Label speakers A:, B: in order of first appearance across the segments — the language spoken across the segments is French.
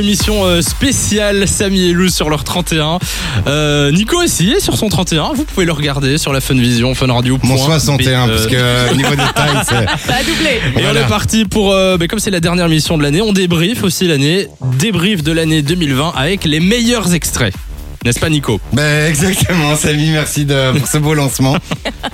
A: Émission euh, spéciale Samy et Lou sur leur 31. Euh, Nico aussi est sur son 31. Vous pouvez le regarder sur la Fun Vision, Fun Radio. E.
B: Mon 61, parce que euh, au niveau des tailles, c'est.
C: Ça a doublé.
A: Et
B: Voilà.
A: on est parti pour, euh, ben, comme c'est la dernière mission de l'année, on débrief aussi l'année, débrief de l'année 2020 avec les meilleurs extraits. N'est-ce pas Nico
B: Ben, exactement, Samy, merci de, pour ce beau lancement.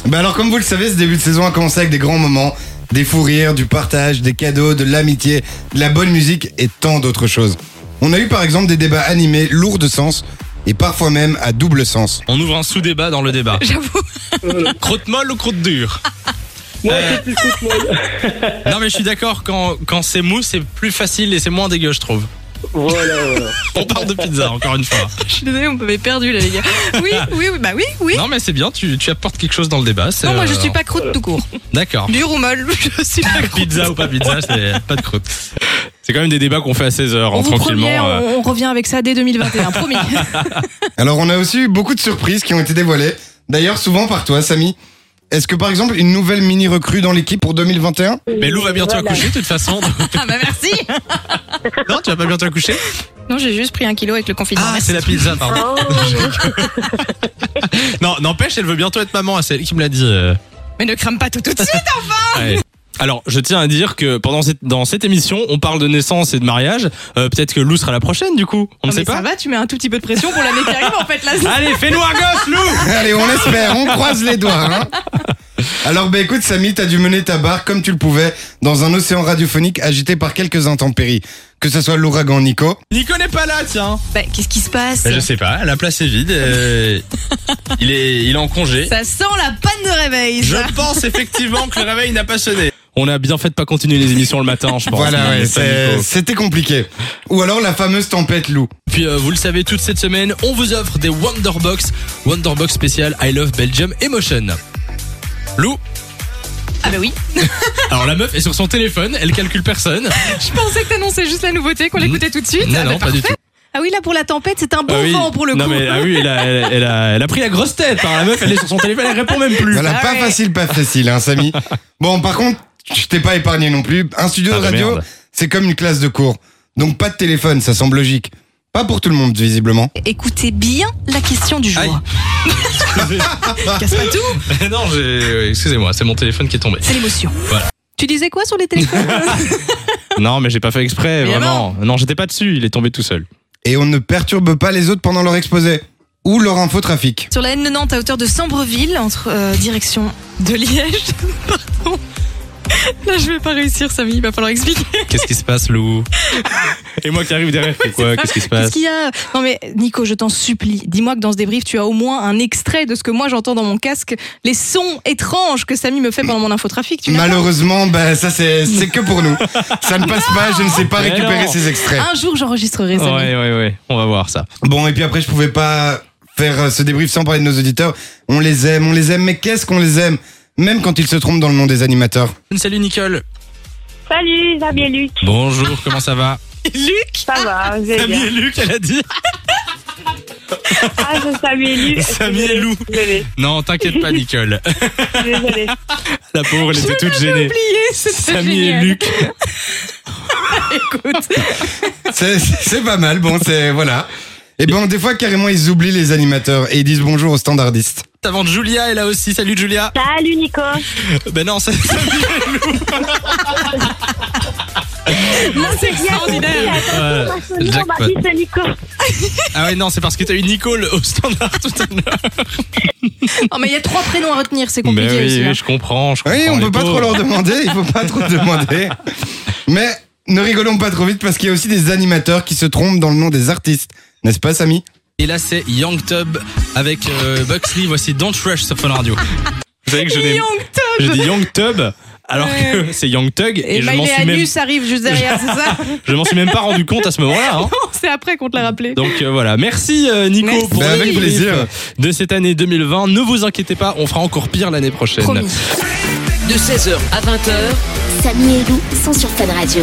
B: ben alors, comme vous le savez, ce début de saison a commencé avec des grands moments, des fous rires, du partage, des cadeaux, de l'amitié, de la bonne musique et tant d'autres choses. On a eu par exemple des débats animés lourds de sens et parfois même à double sens.
A: On ouvre un sous-débat dans le débat.
C: J'avoue.
A: crotte molle ou crotte dure
D: Moi, c'est plus cool, moi.
A: Non mais je suis d'accord, quand, quand c'est mou, c'est plus facile et c'est moins dégueu, je trouve.
D: Voilà, voilà.
A: On parle de pizza, encore une fois.
C: Je suis désolée, on m'avait perdu là, les gars. Oui, oui, oui, bah oui, oui.
A: Non mais c'est bien, tu, tu apportes quelque chose dans le débat. c'est,
C: Non, moi je
A: euh,
C: suis pas croûte tout court.
A: D'accord.
C: Dur ou molle, je suis pas croûte.
A: Pizza ou pas pizza, c'est pas de croûte. C'est quand même des débats qu'on fait à 16h,
C: On vous
A: tranquillement.
C: promet,
A: euh,
C: on, on revient avec ça dès 2021, promis.
B: Alors, on a aussi eu beaucoup de surprises qui ont été dévoilées, d'ailleurs souvent par toi, Samy. Est-ce que par exemple une nouvelle mini recrue dans l'équipe pour 2021
A: Mais Lou va bientôt
D: Voilà.
A: accoucher de toute façon.
C: ah bah merci.
A: non, tu vas pas bientôt accoucher
C: Non, j'ai juste pris un kilo avec le confinement.
A: Ah,
C: Merci.
A: c'est la pizza, pardon.
D: Oh,
A: Non, n'empêche, elle veut bientôt être maman, c'est elle qui me l'a dit. euh.
C: Mais ne crame pas tout tout de suite. hein.
A: Ouais. Alors, je tiens à dire que pendant cette, dans cette émission, on parle de naissance et de mariage. Euh, Peut-être que Lou sera la prochaine, du coup. On ne
C: Non, mais
A: sait pas.
C: ça va, tu mets un tout petit peu de pression pour l'année qui arrive en fait là.
A: Allez, fais-nous un gosse, Lou
B: Allez, on espère, on croise les doigts. hein. Alors, bah écoute, Samy, t'as dû mener ta barre comme tu le pouvais dans un océan radiophonique agité par quelques intempéries. Que ce soit l'ouragan Nico.
A: Nico n'est pas là, tiens
C: Bah, qu'est-ce qui se passe
A: Je sais pas, la place est vide. euh, il, est, il est en congé.
C: Ça sent la panne de réveil. ça.
A: pense effectivement que le réveil n'a pas sonné. On a bien fait de pas continuer les émissions le matin, je pense.
B: voilà, ouais,
A: Mais
B: c'est-
A: Nico.
B: c'était compliqué. Ou alors la fameuse tempête Lou.
A: Puis euh, vous le savez, toute cette semaine, on vous offre des Wonderbox, Wonderbox spécial I Love Belgium Emotion. Lou,
C: Ah bah oui.
A: alors la meuf est sur son téléphone, elle calcule personne.
C: Je pensais que t'annonçais juste la nouveauté, qu'on l'écoutait tout de suite.
A: non,
C: Ah, bah,
A: non, pas du tout.
C: Ah oui, là pour la tempête, c'est un bon
A: Ah oui.
C: vent pour le coup.
A: Non mais ah oui, elle a, elle, elle a, elle a pris la grosse tête. hein. La meuf, elle est sur son téléphone, elle répond même plus.
B: Voilà,
C: Ah
B: pas
C: ouais.
B: facile, pas facile, hein, Samy. bon, par contre, je t'ai pas épargné non plus. Un studio
A: Ah
B: de
A: bah
B: radio,
A: merde.
B: c'est comme une classe de cours. Donc pas de téléphone, ça semble logique. Pas pour tout le monde, visiblement.
C: Écoutez bien la question du jour.
A: Aïe.
C: Casse pas tout,
A: non, j'ai- euh, excusez-moi, c'est mon téléphone qui est tombé.
C: c'est l'émotion.
A: Voilà.
C: Tu disais quoi sur les téléphones
A: Non, mais j'ai pas fait exprès,
C: Mais
A: vraiment. Non, j'étais pas dessus, il est tombé tout seul.
B: Et on ne perturbe pas les autres pendant leur exposé. Ou leur infotrafic.
C: Sur la N90 à hauteur de Sambreville, entre euh, direction de Liège. Pardon. Là, je vais pas réussir, Samy, il va falloir expliquer.
A: Qu'est-ce qui se passe, Lou Et moi qui arrive derrière, fais quoi Qu'est-ce qui se
C: Qu'est-ce
A: passe
C: qu'il y a Non mais Nico, je t'en supplie, dis-moi que dans ce débrief, tu as au moins un extrait de ce que moi j'entends dans mon casque, les sons étranges que Samy me fait pendant mon infotrafic. Tu l'as pas
B: Malheureusement, bah, ça c'est c'est que pour nous. Ça ne passe pas, je ne sais pas
A: Mais
B: récupérer
A: non. Ah.
B: ces extraits.
C: Un jour, j'enregistrerai
A: Ouais,
C: Samy.
A: ouais, ouais, on va voir ça.
B: Bon, et puis après, je pouvais pas faire euh, ce débrief sans parler de nos auditeurs. On les aime, on les aime, mais qu'est-ce qu'on les aime Même quand ils se trompent dans le nom des animateurs.
A: Salut Nicole
D: Salut, Xavier Luc.
A: Bonjour, comment ça va
C: Luc
D: Ça va, vous allez
A: Samy
D: bien.
A: et Luc, elle a dit.
D: Ah, c'est Xavier Luc.
A: Samy et Lou.
D: Désolé,
A: Non, t'inquiète pas, Nicole.
D: désolé.
A: La pauvre, elle était toute gênée.
C: oublié, c'était
A: Samy et
C: génial.
A: Luc.
C: Écoute,
B: C'est- C'est c'est pas mal, bon, c'est. Voilà. Et ben, des fois, carrément, ils oublient les animateurs et ils disent bonjour aux standardistes.
A: Ta vente Julia est là aussi. Salut Julia.
D: Salut, Nico.
A: Ben non, c'est Samy et Lou.
C: là c'est extraordinaire.
A: Ouais,
D: Mon
A: jackpot.
D: mari, c'est Nico.
A: Ah ouais, non, c'est parce que t'as eu Nicole au standard tout à l'heure.
C: Oh, mais il y a trois prénoms à retenir, c'est compliqué aussi. hein.
A: Ben je comprends. Je
B: Oui, on peut pas trop leur demander, il faut pas trop demander. Mais ne rigolons pas trop vite parce qu'il y a aussi des animateurs qui se trompent dans le nom des artistes. N'est-ce pas, Samy
A: Et là, c'est Young Tub avec euh, Buxley. Voici Don't Rush sur Fun Radio. Vous savez que je n'ai-
C: Young Tub
A: j'ai dit Young Tub alors que c'est Young Tug
C: et,
A: et, je m'en
C: Miley
A: suis même
C: Anus arrive juste derrière, c'est ça
A: je m'en suis même pas rendu compte à ce moment-là. hein.
C: C'est après qu'on te l'a rappelé.
A: Donc euh, voilà, merci euh, Nico
C: Merci.
A: pour
B: Ben,
A: le
B: avec
A: débrief
B: plaisir.
A: de cette année 2020. Ne vous inquiétez pas, on fera encore pire l'année prochaine.
C: Promis.
E: de 16h à 20h.
F: Samy et Lou sont sur Fan Radio.